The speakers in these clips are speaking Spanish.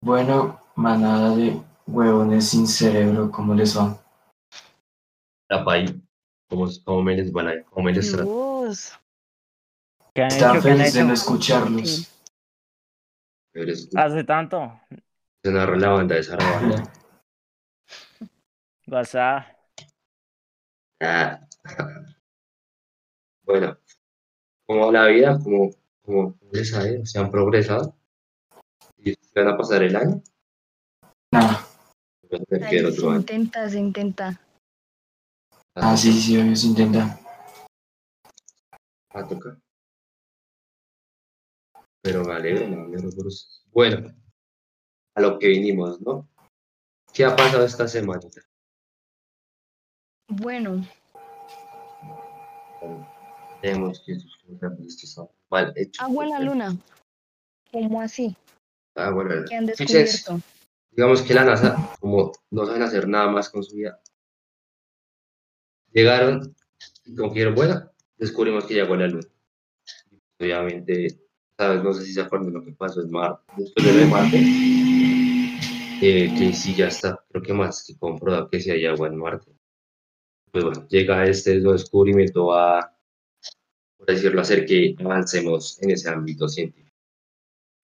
Bueno, manada de huevones sin cerebro, ¿cómo les va? Tapa ahí. ¿Cómo, cómo me les van a cómo me les tratan? Dios. ¿Qué han Estaba hecho? ¿Qué han feliz de hecho? no escucharlos. Pero es- Hace tanto. se narra la banda esa la banda. WhatsApp. Ah. Bueno, ¿cómo va la vida? ¿Cómo, cómo les ha ido? ¿Se han progresado? ¿Y se van a pasar el año? Nada, Voy a tener que Ahí ir se otro ¿eh? año. intenta, se intenta. Ah, así sí, obvio, se intenta. va a tocar. Pero me alegro, me alegro por ustedes. Bueno, a lo que vinimos, ¿no? ¿Qué ha pasado esta semana? Bueno, Tenemos que suscribirnos esto está mal hecho. agua en la luna. ¿Cómo así? Ah, bueno, la- ¿Qué han Fiches. descubierto? digamos que la NASA, como no saben hacer nada más con su vida, llegaron y como que dijeron, bueno, descubrimos que llegó la luna. Obviamente, sabes, no sé si se acuerdan de lo que pasó en Marte, después de lo de Marte, eh, que sí ya está, creo que más que comprobado que sí hay agua en Marte. Pues bueno, llega este nuevo descubrimiento a, por decirlo, hacer que avancemos en ese ámbito científico.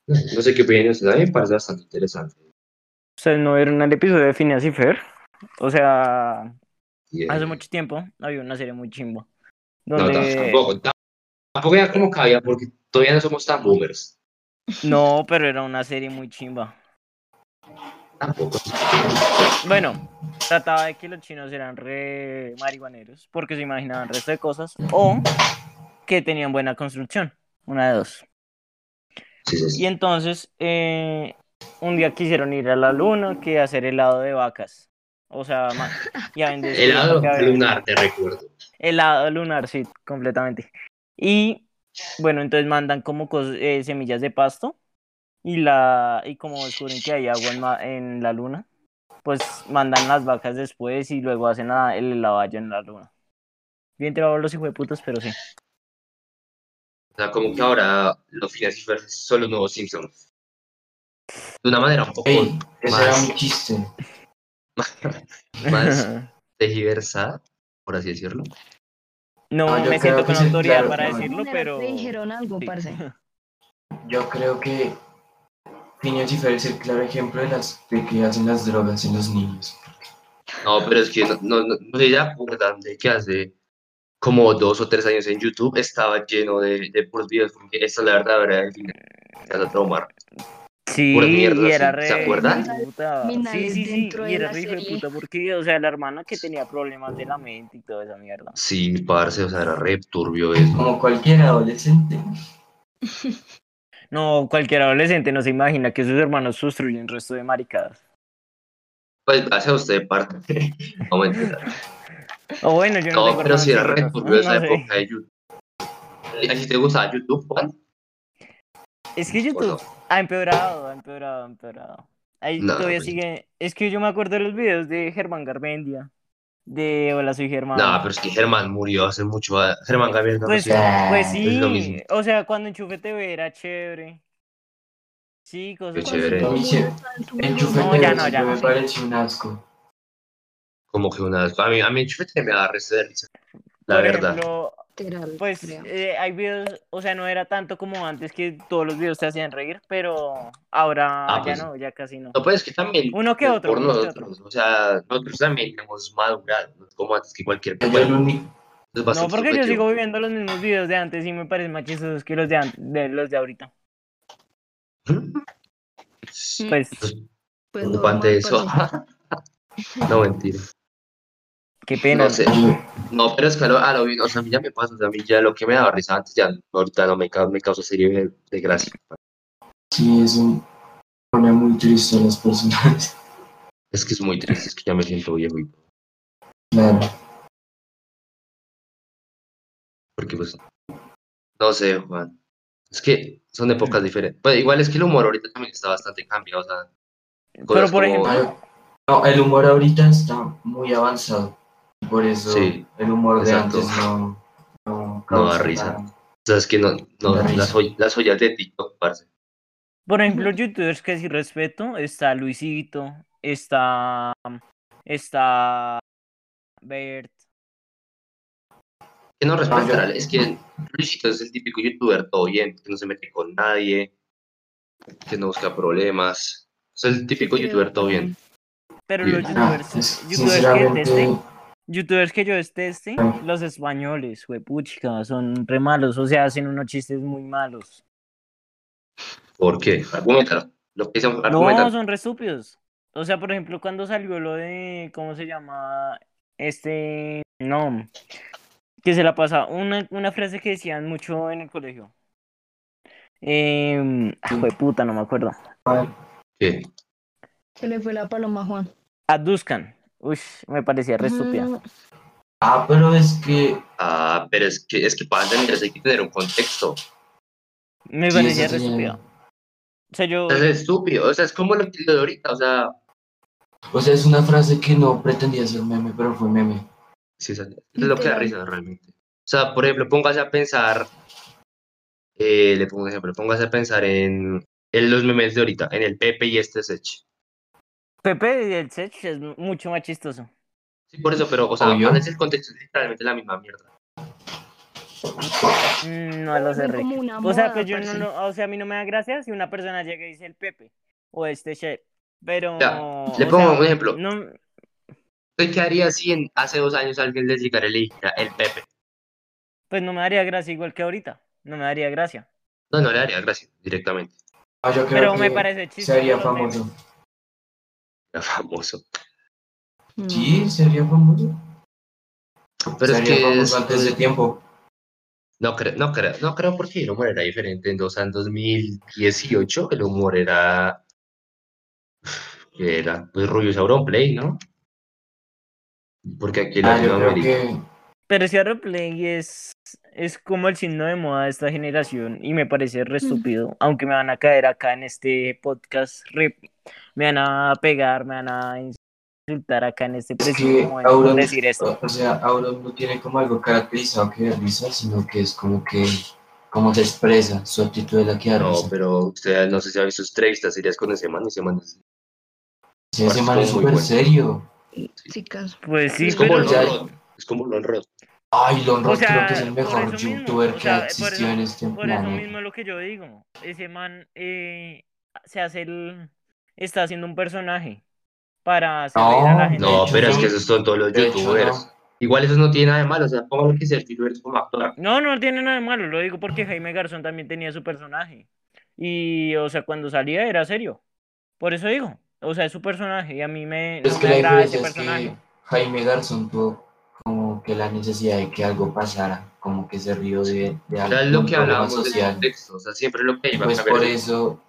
No, no sé qué opinan ustedes, a mí me parece bastante interesante. ¿Ustedes no vieron el episodio de Phineas y Fer? O sea, Y, eh, hace mucho tiempo había una serie muy chimba. No, Donde... tam- tampoco, tam- tampoco era como cabía, porque todavía no somos tan boomers. No, pero era una serie muy chimba. Tampoco. Bueno, trataba de que los chinos eran re marihuaneros porque se imaginaban resto de cosas o que tenían buena construcción. Una de dos. Sí, sí, sí. Y entonces, eh, un día quisieron ir a la luna que hacer helado de vacas. O sea, ma- y a vender Helado que había- lunar, te recuerdo. helado lunar, sí, completamente. Y bueno, entonces mandan como cos- eh, semillas de pasto y la y como descubren que hay agua en, ma- en la luna, pues mandan las vacas después y luego hacen la- el helado allá en la luna. Bien trabados los hijos de putas, pero sí. O sea, como que ahora los fines y versos son los nuevos Simpsons. De una manera un poco Ey, ese era más, un chiste. más tergiversada, por así decirlo. no No, Ah, yo me creo siento que con sí, autoridad claro, para no. decirlo, Mira, pero te dijeron algo, sí. parce. Yo creo que Phineas y Fer es el claro ejemplo de las de que hacen las drogas en los niños. No, pero es que no, no, no, no sé si se acuerdan de que hace como dos o tres años en YouTube estaba lleno de, de puros videos, porque esa es la verdad, verdad, en fin, te vas a traumar. Sí, Pura mierda, y era ¿sí? re ¿Se acuerdan? hijo de puta. Mi Sí, nariz sí, sí, dentro y de era la re hijo de serie. puta porque, o sea, la hermana que tenía problemas de la mente y toda esa mierda. Sí, parce, o sea, era re turbio eso. Como cualquier adolescente. No, cualquier adolescente no se imagina que sus hermanos construyen resto de maricadas. Pues gracias a usted, parte. No, mentira. O bueno, yo no, No, tengo pero si era hermanos, re ¿no? turbio esa No sé. época de YouTube. Eh, ¿A ti te gusta YouTube, Juan? Es que ¿O no? YouTube ha empeorado, ha empeorado, ha empeorado. Ahí No, todavía pues. sigue. Es que yo me acuerdo de los videos de Germán Garmendia. De Hola, soy Germán. No, pero es que Germán murió hace mucho. ah, Germán Gabriel no Pues, nació. pues Ah, es sí, lo mismo. o sea, cuando Enchufe TV era chévere. Sí, cosas Qué así. chévere. Cuando Oye, tú estás en tu Enchufe No, mundo, ya TV no, siempre ya no, me sí. pareció un asco. Como que una. A mí, a mí chupete me da resto de risa. La Por verdad. ejemplo, literal, Pues creo. eh, hay videos, o sea, no era tanto como antes que todos los videos te hacían reír, pero ahora Ah, ya pues. no, ya casi no. No, pues es que también. Uno que pues, otro, Por uno que nosotros. O sea, nosotros también hemos madurado. No es como antes que cualquier. Yo el Bueno, único. es No, bastante porque yo subjetivo. sigo viviendo los mismos videos de antes y me parecen más chistosos que los de, an- de los de ahorita. Pues, Pues Preocupante normal, eso. Ah, parce. no, mentira. qué pena. No sé. No, pero es que a lo, a lo- o sea, a mí ya me pasa, o sea, a mí ya lo que me daba risa antes, ya no, ahorita no me, ca- me causa serio de, de gracia. Sí, es un. Pone muy triste a las personas. Es que es muy triste, es que ya me siento viejo, y, Claro. porque pues, no sé, Juan, es que son épocas diferentes. Pues igual es que el humor ahorita también está bastante cambiado, o sea, Pero cosas por como- ejemplo, Claro. No, el humor ahorita está muy avanzado. Por eso Sí, el humor de exacto. antes no, no no causa da risa. nada. O sea, es que no, no, Da risa. las, joy- las joyas de TikTok, parce. Por ejemplo, youtubers que sí respeto, está Luisito, está, está Bert. Que no respeta, yo- es que Luisito es el típico youtuber todo bien, que no se mete con nadie, que no busca problemas. Es el típico youtuber todo bien. Pero Bien. los Ah, youtubers, es- pues, youtubers que sinceramente, detesto. youtubers que yo deteste, Ah. los españoles, puchica, son re malos, o sea, hacen unos chistes muy malos. ¿Por qué? Argumentalo. Lo que decíamos, No, argumentalo. son re estúpidos. O sea, por ejemplo, cuando salió lo de, ¿cómo se llama? Este, no, que se la pasa, una, una frase que decían mucho en el colegio. Eh, puta, no me acuerdo. ¿Qué? Se le fue la paloma a Juan. Aduzcan. Uy, me parecía re estúpida. Mm, Ah, pero es que Ah, pero es que, es que para entender hay que tener un contexto. Me Sí, parecía eso re sí. estúpida. O sea, yo, Es estúpido, o sea, es como lo que lo de ahorita, o sea, O sea, es una frase que no pretendía ser meme, pero fue meme. Sí, es es lo que da Literal. risa realmente. O sea, por ejemplo, póngase a pensar, eh, le pongo un ejemplo, póngase a pensar en, en los memes de ahorita, en el Pepe y este Sech. Pepe y el Sech es mu- mucho más chistoso. Sí, por eso, pero, o sea, Obvio. pónganse el contexto, es literalmente la misma mierda. Mm, No lo sé, fue re. como una O sea, moda, pues yo no, parce. lo- o sea, a mí no me da gracia si una persona llega y dice el Pepe o este Chef. Pero. Ya, o le pongo sea, un ejemplo. no- ¿Usted qué haría si en- hace dos años alguien les llegara y le dijera el Pepe? pues no me daría gracia igual que ahorita. No me daría gracia. No, no le haría gracia directamente. Ah, yo creo Pero que me parece chistoso. sería los famoso. memes. Era famoso. no. Sí, sería famoso. Pero es sería que famoso es- antes de tiempo. no creo, no creo, no creo porque el humor era diferente. En, dos, en 2018 el humor era, que era pues Rubius Auron Play, ¿no? Porque aquí en Ah, yo creo Latinoamérica. que. Pero ese replay es, es como el signo de moda de esta generación y me parece re estúpido. Aunque me van a caer acá en este podcast, re- me van a pegar, me van a insultar acá en este Es preciso que momento Auron- por decir esto. o- O sea, Auron no tiene como algo caracterizado que dé risa, sino que es como que. Como se expresa, su actitud es la que da No, risa. pero usted no sé si ha visto entrevistas serias con ese man, ese man es, Sí, ese es man como es muy súper bueno. serio. Chicas. Pues sí, es como pero- Lon Ya- Rod, es como Lon Rod. Ay, Lon O Rod sea, creo que es el por mejor eso mismo, youtuber o que sea, ha por eso- existido en este Por eso planeta. mismo lo que yo digo, ese man eh, se hace el... está haciendo un personaje para hacer reír a la gente. De No, hecho, pero es no. que esos son todos los De hecho, youtubers. no. Igual eso no tiene nada de malo, o sea, póngalo que ser youtuber es como actor. No, no tiene nada de malo, lo digo porque Jaime Garzón también tenía su personaje. Y, o sea, cuando salía era serio. Por eso digo, o sea, es su personaje y a mí me, Es no que me la agrada ese diferencia es personaje. que Jaime Garzón tuvo como que la necesidad de que algo pasara, como que se rió de, de O algo sea, es lo que hablábamos del social. contexto, o sea, siempre lo que iba a Pues por cambiar. eso,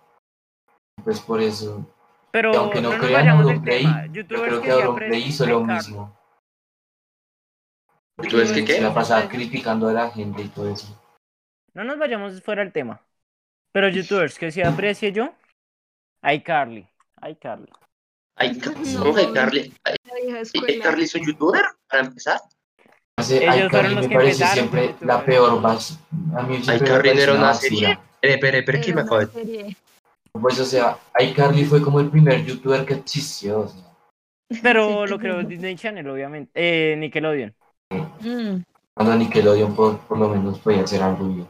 pues por eso, Pero y aunque no, no nos crean vayamos del Auron Play, tema. yo Youtubers creo que sí Auron aprecian Play hizo lo pecar. mismo. ¿Tú es que Se qué? la pasaba Pues, criticando a la gente y todo eso. No nos vayamos fuera del tema. Pero youtubers que sí aprecie yo, iCarly. iCarly. Ay, Carly, No, ¿cómo que Carly? La vieja ¿Eh, escuela. Carly es un youtuber para empezar? Entonces, Ellos fueron iCarly los me que parece empezaron con siempre YouTube, la ¿eh? peor base. A mí siempre me iCarly pareció era una basura. serie. Espere, Eh, espere, espere, que Era me acabo de... una serie. Pues o sea, iCarly fue como el primer youtuber que existió. o sea, Pero Sí, lo te creó digo. Disney Channel, obviamente. Eh, Nickelodeon. Mm, cuando Nickelodeon por, por lo menos podía hacer algo bien.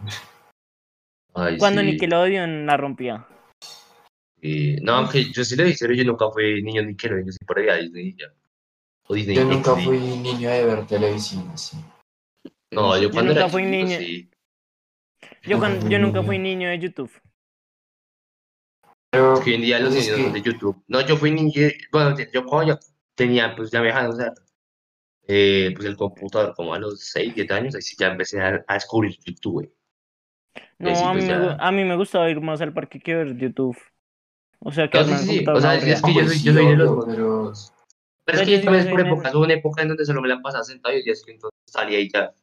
Ay, Cuando sí. Nickelodeon la rompía. Sí. No, aunque yo sí le dije, yo nunca fui niño Nickelodeon, yo sí por ahí a Disney y ya. O Disney Yo nunca XD. fui niño de ver televisión así. No, yo Yo cuando nunca era fui chiquito, niño. sí. Yo, Nunca cuando- fui yo nunca niño. fui niño de YouTube. Pero Es que hoy en día los Pues es niños son de que- YouTube. No, yo fui niño, bueno, yo cuando yo tenía, pues ya me dejaron usar eh, pues el computador como a los 6, 7 años, ahí sí ya empecé a, a descubrir YouTube. No, sí, a, mí pues me, gu- ya. a mí me gustaba ir más al parque que ver YouTube. O sea, que No, Ah, sí, sí, armar el sí, computador o sea, me es aburría. que- pues, yo soy- yo soy de los- pero Pero Pues es No, que yo yo sí también soy por nene. épocas, hubo una época en donde solo me la pasaba sentado y así que entonces salía y ya.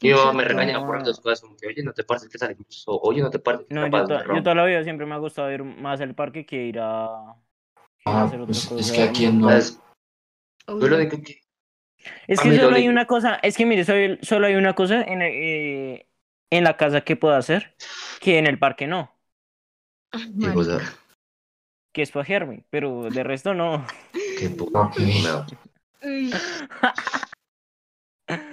Y mi mamá me regañaba por Exacto. las cosas, como que, oye, no te parece que sales mucho, o, oye, no te parece que No, te yo, pasas to- de yo ron". toda la vida siempre me ha gustado ir más al parque que ir a, que ir a ah, hacer otra pues, es cosa. que aquí en O no. sea, es- yo lo obvio. único que, Es A que mí lo solo hay único- una cosa, es que mire, soy- solo hay una cosa en, eh, en la casa que puedo hacer que en el parque no. Ah, Qué Marica. cosa, que es para Hermes, pero de resto no. qué poco. Ok. No, Uy,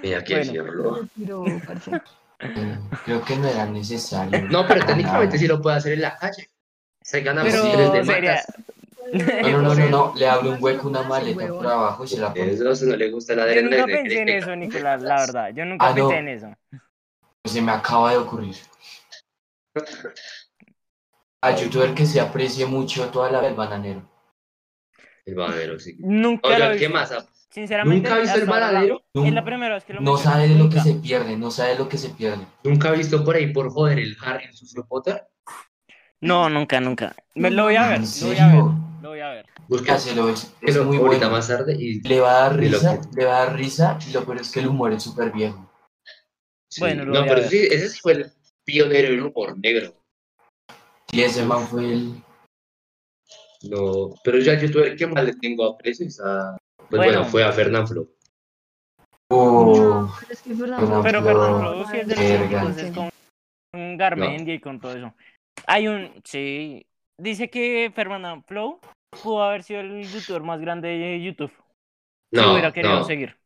mira que Bueno. sí habló. lo tiró, parce. Pero eh, creo que no era necesario. No, pero Ah, técnicamente no. sí lo puede hacer en la calle. Se gana Pero los tigres de sería- matas. No, no, no, no, le abre un Además, hueco, una además, maleta huevón. por abajo y se la pone. Eso no le gusta la Yo adrenalina. nunca cree pensé en que- eso, Nicolás, la verdad. Yo nunca Ah, no. pensé en eso. Pues, Se me acaba de ocurrir. A youtuber que se aprecie mucho toda la del bananero. El banadero, sí. Nunca lo Oiga, he ¿qué visto. más? Sinceramente, ¿Nunca ha visto el hasta ahora la- banadero? No, Es la primera vez que lo no menciono, sabe de lo que nunca. se pierde, no sabe de lo que se pierde. ¿Nunca ha visto por ahí por joder el Harry el sucio Potter? No, nunca, nunca. Me- lo voy a ver, ¿En lo voy a ver, serio? lo voy a ver. Busca Cáselo, es, que Ah, es lo muy ahorita bueno. más tarde y Le va a dar De lo risa, que- le va a dar risa, y lo peor es que el humor es súper viejo. Sí, Bueno, lo no, voy a pero ver. sí, ese sí fue el pionero del humor negro. Y ese man fue el... No, pero yo al youtuber que más le tengo aprecio es a. Pues bueno, Bueno. fue a Fernán Flo. Oh, No, pero es que Fernando- Pero Pero No, Fernando Produci es del verga. tiempo, entonces con, con Garmendia y con todo eso. Hay un, sí, dice que Fernando Flow pudo haber sido el youtuber más grande de YouTube. si No, hubiera querido no, seguir.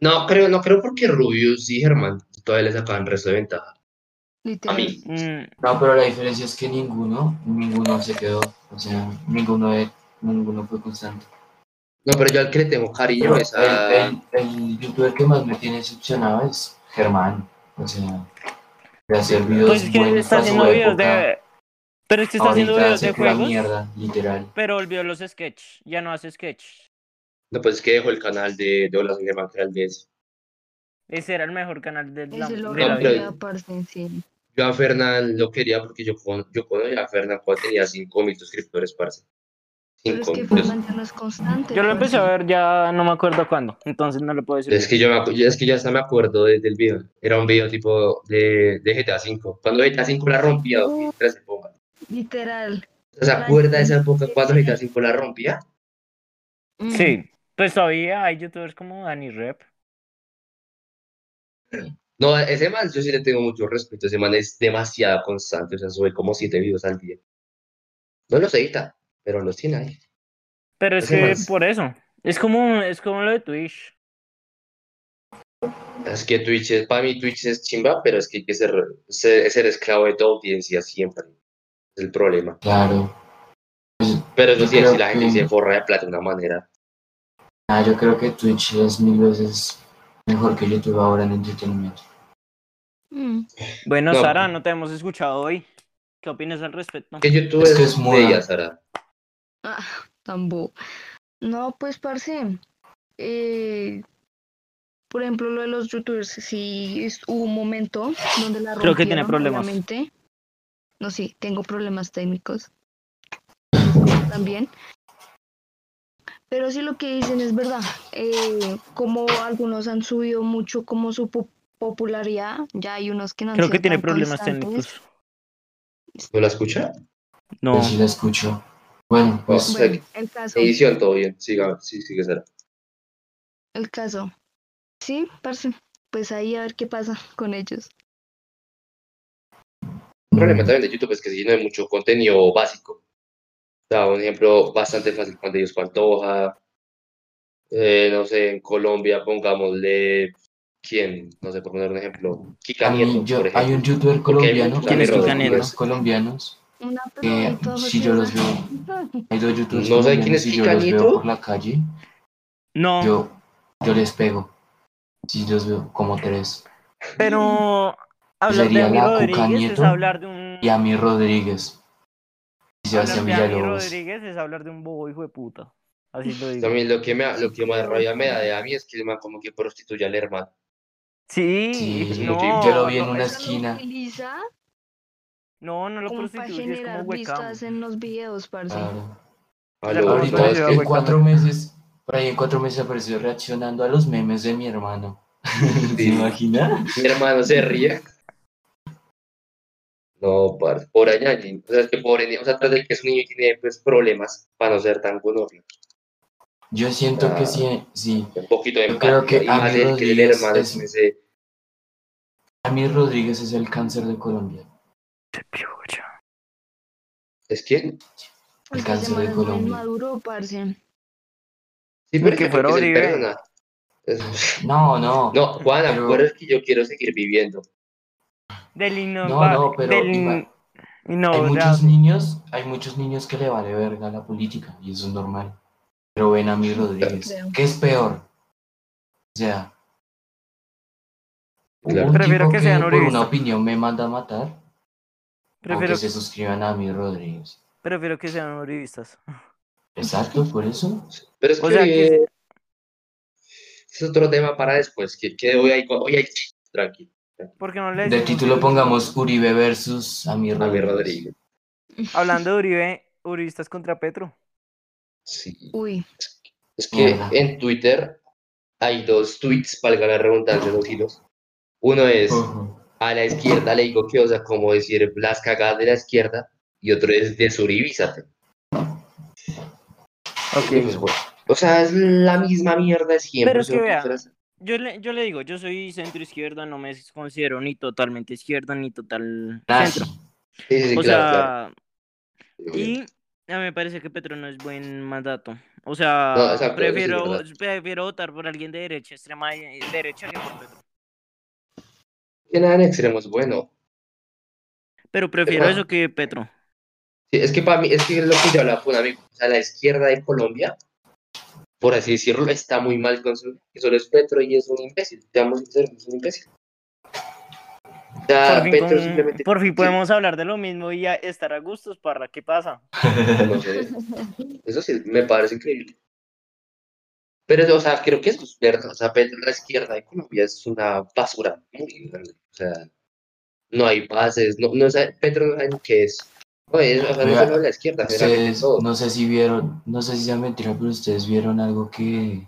no creo, no creo porque Rubius y Germán todavía le sacaban resto de ventaja. A Literal. mí, Mm, No, pero la diferencia es que ninguno, ninguno se quedó. O sea, ninguno, de- ninguno fue constante. no, pero yo al que le tengo cariño Pero es a. el, el- el youtuber que más me tiene decepcionado es Germán. O sea, de hacer videos Pues es que buenos está para su haciendo videos época, de... Pero es que está ahorita haciendo videos hace de pura juegos, mierda, literal. pero olvidó los sketch. Ya no hace sketch. No, pues es que dejó el canal de, de Hola, soy Germán, que era el de ese. Ese era el mejor canal de la, Ese lo de la pero- vida. olvida, parce, en serio. Yo a Fernán lo quería porque yo, con, yo conocía a Fernán cuando tenía 5.000 suscriptores, parce. Pero es 5.000. que Fernando ya no es constante. Yo lo empecé a parce. ver ya no me acuerdo cuándo, entonces no le puedo decir. Es que yo me acu- es que ya hasta me acuerdo de- del video. Era un video tipo de, de GTA V. Cuando GTA V la rompía, 2013, ponga. Literal. ¿Se acuerda de esa época cuando GTA V la rompía? Mm. Sí, pues todavía hay youtubers como Dani Rep. No, ese man, yo sí le tengo mucho respeto. Ese man es demasiado constante. O sea, sube como 7 videos al día. No los edita, pero los tiene ahí. Pero es Ese que más. por eso, es como es como lo de Twitch. Es que Twitch es, para mí Twitch es chimba, pero es que hay que ser, ser, ser esclavo de tu audiencia siempre. Es el problema. Claro. Pero eso sí, Creo si la gente que- se forra de plata de una manera. Ah, yo creo que Twitch es mil veces mejor que YouTube ahora en entretenimiento. Mm. Bueno, No. Sara, no te hemos escuchado hoy. ¿Qué opinas al respecto? Que YouTube Es que es es moda. de ella, Sara. Ah, tan bobo. No, pues, parce. eh, por ejemplo, lo de los youtubers, sí es, hubo un momento donde la Creo que tiene rompieron, problemas. obviamente. No, sí, tengo problemas técnicos. También. Pero sí lo que dicen es verdad. eh, como algunos han subido mucho como su po- popularidad, ya hay unos que no han Creo que sido tiene tan problemas constantes. técnicos. ¿No la escucha? No. Pues Yo sí la escucho. Bueno, pues sea, Bueno, el caso. Edición, todo bien. Siga, sí, sigue Sara. El caso. Sí, parce. Pues ahí a ver qué pasa con ellos. mm, El problema también de YouTube es que se llena de mucho contenido básico. O sea, un ejemplo bastante fácil cuando ellos Pantoja. Eh, no sé, en Colombia, pongámosle. ¿Quién? No sé, por poner un ejemplo. Kika a mí, Nieto, yo- por hay ejemplo. un youtuber Porque hay colombiano, muchos ¿Quién es hay Kika Nieto? youtubers colombianos Una que pelotita, si Eh, yo los veo, José. hay dos youtubers No sé colombianos, quién es si yo los veo Kika por la calle, No, yo, yo les pego. Si yo los veo como tres. pero hablar de Sería Ami la Cuca Rodríguez es Nieto hablar de un Y a mí Rodríguez. Y Sebastián hablar de Ami Villalobos. Rodríguez es hablar de un bobo hijo de puta. Así lo digo. También lo que, me, lo que más rabia me da de a mí es que el man como que prostituye al hermano. Sí, Sí, no, yo lo vi en no, una Eso lo esquina. utiliza No, no lo como para prostituyes, es como generar huecamo. vistas en los videos, parce. Claro. A La lo- Ahorita Ahorita es es que que en fue cuatro meses, por ahí en cuatro meses apareció reaccionando a los memes de mi hermano. ¿Te Sí. imaginas? Mi hermano se ríe. No, parce, pobre ñañi. O sea, es que pobre niño. O sea, tras de que es un niño y tiene pues, problemas para no ser tan gonorrea. Yo siento Ah. que sí, sí. Un poquito de Yo creo que empatía, y más Ami el que el Rodríguez hermano es- es ese- A mí Rodríguez es el cáncer de Colombia. ¿Es quién? El que se cáncer de llama Rubén Colombia. Maduro, parce. Sí, Uy, pero que yo creo fuera es en Uribe. persona. Es- No, no. No, Juana, Pero- pero es que yo quiero seguir viviendo. Del No, innova- no, pero del Iván, in- no, hay o sea, muchos niños, hay muchos niños que le vale verga la política y eso es normal. Pero ven a mí Rodríguez, Creo. ¿qué es peor? O sea, Claro. un Prefiero tipo que sean por uribistas. una opinión me manda a matar, prefiero, o que se suscriban a mí Rodríguez. prefiero que sean uribistas. Exacto, por eso. Pero es O que, sea, que Uribe es otro tema para después, que, que hoy hay... Hoy hay... Tranquilo, ¿Por qué no le De decimos- título pongamos Uribe versus Amir a mí Rodríguez. Rodríguez. Hablando de Uribe, uribistas contra Petro. Sí. Uy, Es que Mierda. en Twitter hay dos tweets, valga la redundancia, dos hilos. Uno es... Oh. Ujú. a la izquierda le digo que, o sea, como decir las cagadas de la izquierda, y otro es desuribízate. Y pues, bueno, o sea, es la misma mierda de siempre. Pero es o sea, que vea, otras- Yo le, yo le digo, yo soy centro izquierda, no me considero ni totalmente izquierda ni total Nazi. centro. Sí, sí, sí, O claro, sea, claro. y a mí me parece que Petro no es buen mandato. O sea, No, exacto, eso sí es prefiero, verdad. prefiero votar por alguien de derecha, extrema y- derecha que por Petro. Que nada en extremos, bueno. Pero prefiero Bueno. eso que Petro. Sí, es que para mí, es que es lo que yo hablaba con un amigo. O sea, la izquierda de Colombia, por así decirlo, está muy mal consumida. Que solo es Petro y es un imbécil. Seamos sinceros, es un imbécil. O sea, Por fin, Ah, Petro con- simplemente. por fin podemos hablar de lo mismo y a- estar a gustos, para ¿qué pasa? No sé. Eso sí, me parece increíble. Pero, o sea, creo que eso es verdad. O sea, ver la izquierda de Colombia es una basura muy grande. O sea, no hay bases, no, no sabe- Petro no sabe ni qué es. No, es- o sea, no Vea, solo la izquierda, generalmente Ustedes, todo. no sé si vieron, no sé si sea mentira, pero ustedes vieron algo que,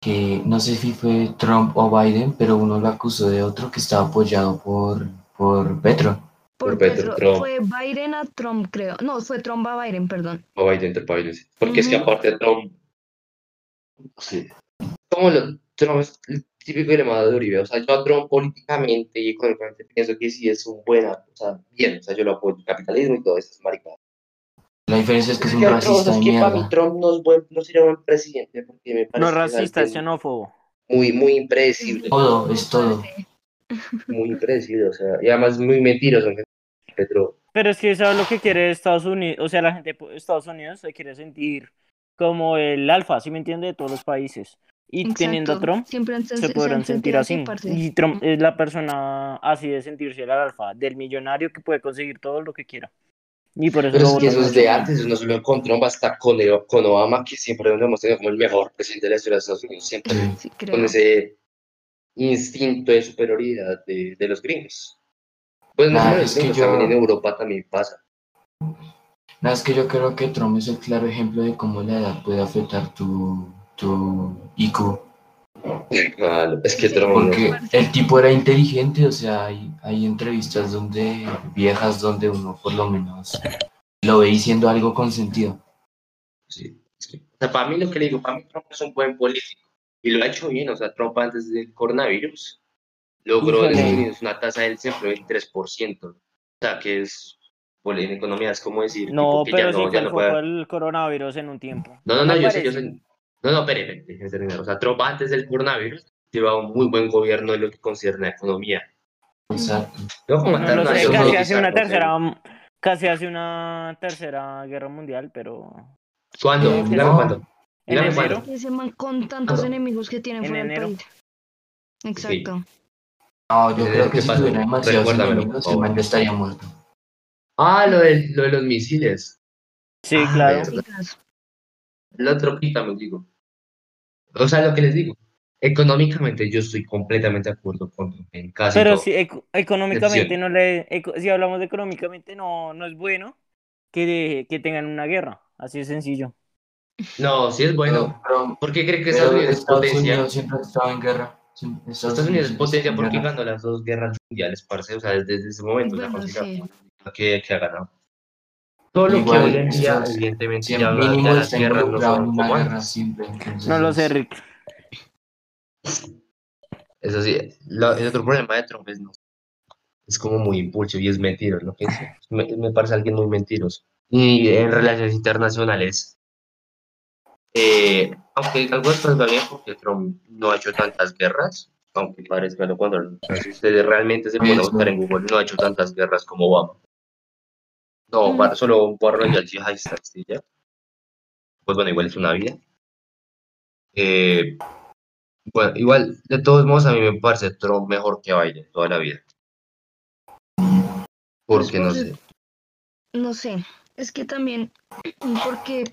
que no sé si fue Trump o Biden, pero uno lo acusó de otro que estaba apoyado por, por Petro. por Por Petro, Petro. Trump. Fue Biden a Trump, creo. No, fue Trump a Biden, perdón. O Biden, entre Biden, sí. Porque es que Ujú. aparte Trump. Sí. Como lo, Trump es el típico llamado de Uribe. O sea, yo a Trump políticamente y económicamente pienso que sí es un buen. O sea, bien. O sea, yo lo apoyo. Capitalismo y todo eso es marica. La diferencia es que es un Yo creo, o sea, racista de es que para mí mierda. Trump no, es buen- no sería buen presidente porque me parece No que es racista, es alguien xenófobo. muy, muy impredecible, Todo, es todo. Parce, muy impredecible, o sea, y además muy mentiroso. ¿no? Petro, Pero es que eso es lo que quiere Estados Unidos, o sea, la gente de Estados Unidos se quiere sentir como el alfa, ¿sí me entiende? De todos los países. Y teniendo a exacto. Trump, Siempre han sen- se podrán han sentir sentido así. parce. Y Trump es la persona así de sentirse el alfa, del millonario que puede conseguir todo lo que quiera. Y por eso pero lo es que votan eso es mucho. de antes, eso no solo con Trump, hasta con, el- con Obama, que siempre nos hemos tenido como el mejor presidente de la historia de Estados Unidos, siempre Sí. Sí, creo. con ese instinto de superioridad de, de los gringos. Pues no, Nah, solo de los es que gringos, yo- también en Europa también pasa. Nada, es que yo creo que Trump es el claro ejemplo de cómo la edad puede afectar tu, tu IQ. Claro, es que Sí, Trump no- Porque el tipo era inteligente, o sea, hay, hay entrevistas donde, viejas donde uno por lo menos lo ve diciendo algo con sentido. Sí. es que- O sea, para mí lo que le digo, para mí Trump es un buen político. Y lo ha hecho bien, o sea, Trump antes del coronavirus logró en Híjole. Estados Unidos una tasa del desempleo del 3%. O sea, que es, por- en economía es como decir, No, tipo, que pero ya sí no, fue ya el no foco puede- del coronavirus en un tiempo. No, no, no, Me yo sé, yo sé. parece. No, no, espere, espere, déjeme terminar. O sea, Trump antes del coronavirus lleva un muy buen gobierno en lo que concierne a economía. O sea, No, como No tal, lo no sé, hay casi otro hace una bizarro, o sea, tercera, casi hace una tercera guerra mundial, pero ¿Cuándo? Eh, Dígame no. cuándo. en Dígame enero. cuándo. Ese man con tantos Claro. enemigos que tiene En fuera del enero. país. Exacto. no, yo Eh, creo que ¿qué si pasó? tuviera demasiados Recuérdamelo, enemigos, por el man favor. ya estaría muerto. Ah, lo de, lo de los misiles. Sí, Ah, claro. mierda. Chicas, La otro me digo. O sea, lo que les digo. Económicamente yo estoy completamente de acuerdo con Trump en casi Pero todo. si eco- económicamente Excepción. no le, eco- si hablamos de económicamente no, no es bueno que, que tengan una guerra, así de sencillo. No, sí es bueno. Pero- pero- ¿Por qué cree que pero Estados Unidos es potencia? siempre ha estado en guerra. Siempre- Estados Unidos es siempre potencia está en porque guerra. ganó las dos guerras mundiales, parce. O sea, desde, ese momento la Bueno, sí. que, que ha ganado. Todo lo que Igual, hoy en día, Estados- evidentemente, ya Siempre hablan mínimo de las está guerras no involucrado en son una como guerra antes. siempre. entonces- No lo sé, Rick. Eso sí, lo- el otro problema de Trump es no es como muy impulsivo y es mentiroso, lo que es. Me, me parece alguien muy mentiroso. Y en relaciones internacionales, eh, aunque algunas cosas va bien porque Trump no ha hecho tantas guerras, aunque parezca lo contrario, si ustedes realmente se pueden buscar en Google, no ha hecho tantas guerras como Obama. No, para, solo un barro y al yihadista, ¿sí, ya? Pues bueno, igual es una vida. Eh, bueno, igual, de todos modos, a mí me parece Trump mejor que Biden toda la vida. Porque no sé. No sé, es que también, porque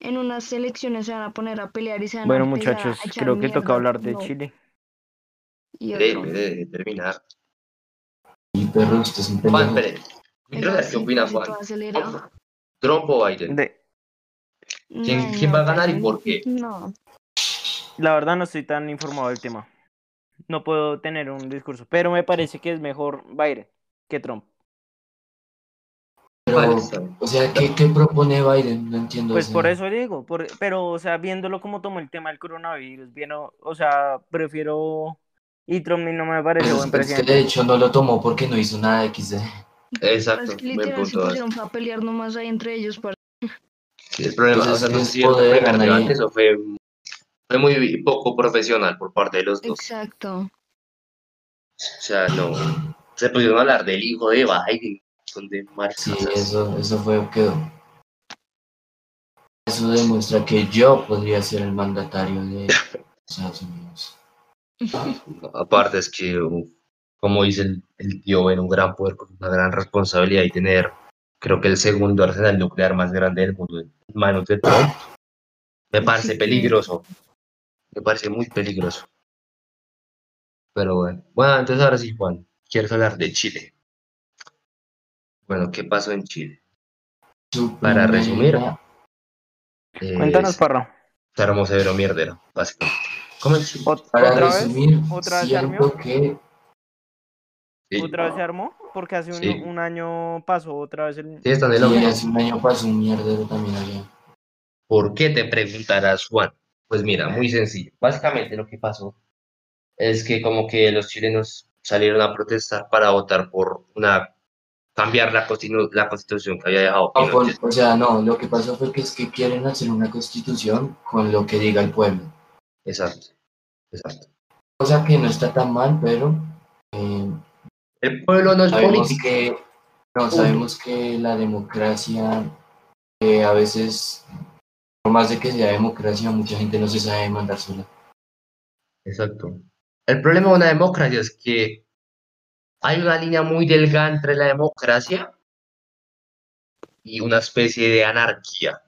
en unas elecciones se van a poner a pelear y se van Bueno, a empezar muchachos, a echar creo que mierda toca hablar de uno Chile. y Espere, otro. espere, terminar. Y perro, usted es un Juan, pendejo. espere. Yo quiero Venga, saber ¿Qué sí, opina todo Juan? acelerado. ¿Trump o Biden? De- ¿Quién- Ay, quién va a ganar y Karen, por qué? No, La verdad no estoy tan informado del tema. No puedo tener un discurso, pero me parece que es mejor Biden que Trump. Pero, Vale, está bien. o sea, ¿qué, qué propone Biden? No entiendo. Pues o sea, por eso digo, por- pero o sea, viéndolo como tomó el tema del coronavirus, bien, o, o sea, prefiero y Trump no me pues parece es buen que usted, presidente. de hecho, no lo tomó porque no hizo nada XD. Exacto, es Pues que buen literal se punto. pusieron a pelear nomás ahí entre ellos. Para... El problema, Pues o es sea, que no es sé si el poder, problema nadie- de eso fue, fue muy poco profesional por parte de los dos. Exacto. O sea, no. Se pusieron a hablar del hijo de Biden, son de Sí, marxistas. eso, eso fue quedó. Eso demuestra que yo podría ser el mandatario de Estados Unidos. Aparte es que, uf, como dice el, el tío, en un gran poder con una gran responsabilidad y tener, creo que el segundo arsenal nuclear más grande del mundo en manos de Trump, me parece peligroso. Me parece muy peligroso. Pero bueno. Bueno, entonces ahora sí, Juan, quieres hablar de Chile. Bueno, ¿qué pasó en Chile? Su Para primera- resumir, Eh, Cuéntanos, Parro. Estábamos de mierdero, básicamente. ¿Cómo en Chile? Ot- para ¿Otra vez? resumir, ¿Otra vez se siento armó? que Sí, ¿Otra vez se armó? Porque hace un, Sí. un año pasó otra vez el... sí, están de lo sí, mismo. hace un año pasó un mierdero también allá. ¿Por qué te preguntarás, Juan? Pues mira, muy sencillo. Básicamente lo que pasó es que como que los chilenos salieron a protestar para votar por una cambiar la, constitu- la constitución que había dejado Ah, por- Pinochet. o sea, no, lo que pasó fue que es que quieren hacer una constitución con lo que diga el pueblo. Exacto, exacto. Cosa que no está tan mal, pero eh, El pueblo no es sabemos político. que no sabemos que la democracia eh, a veces por más de que sea democracia mucha gente no se sabe mandar sola Exacto. El problema de una democracia es que hay una línea muy delgada entre la democracia y una especie de anarquía.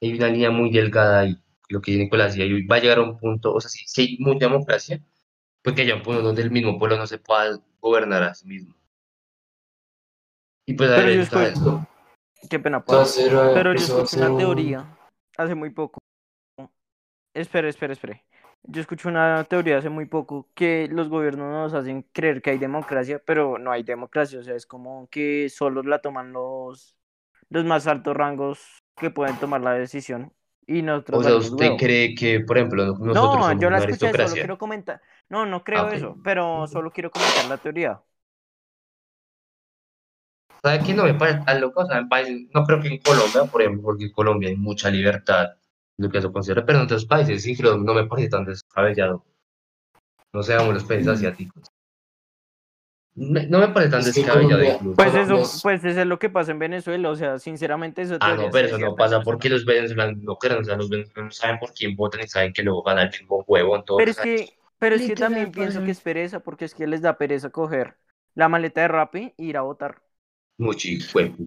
Hay una línea muy delgada ahí, lo que Nicolás decía, y va a llegar a un punto, o sea, si, si hay mucha democracia, pues que haya un punto donde el mismo pueblo no se pueda gobernar a sí mismo. Y pues a Pero ver, yo o sea, escucho- Qué pena, Eso va Parro. a ser, eh, Pero yo eso va a escuché ser una un- teoría hace muy poco. Espera, espera, espera. Yo escuché una teoría hace muy poco que los gobiernos nos hacen creer que hay democracia, pero no hay democracia. O sea, es como que solo la toman los, los más altos rangos que pueden tomar la decisión. Y nosotros o sea, valimos ¿usted huevo. cree que, por ejemplo, nosotros No, somos yo la una escuché, solo aristocracia? Ah, quiero comentar. No, no creo ok. eso, pero solo quiero comentar la teoría. ¿Sabes qué? No me parece tan loco. O sea, me parece- no creo que en Colombia, por ejemplo, porque en Colombia hay mucha libertad, lo que se considera, pero en otros países sí creo, no me parece tan descabellado. No seamos los países Mm. asiáticos. No, no me parece tan Es que descabellado Colombia- incluso. Pues Pero eso, los- pues eso es lo que pasa en Venezuela. O sea, sinceramente, eso Ah, no, pero eso no pasa porque los venezolanos no creen, o sea, los venezolanos saben por quién votan y saben que luego gana el mismo huevo, Pero entonces es que, pero es que Literal, también pienso parce. que es pereza, porque es que les da pereza coger la maleta de Rappi e ir a votar. muy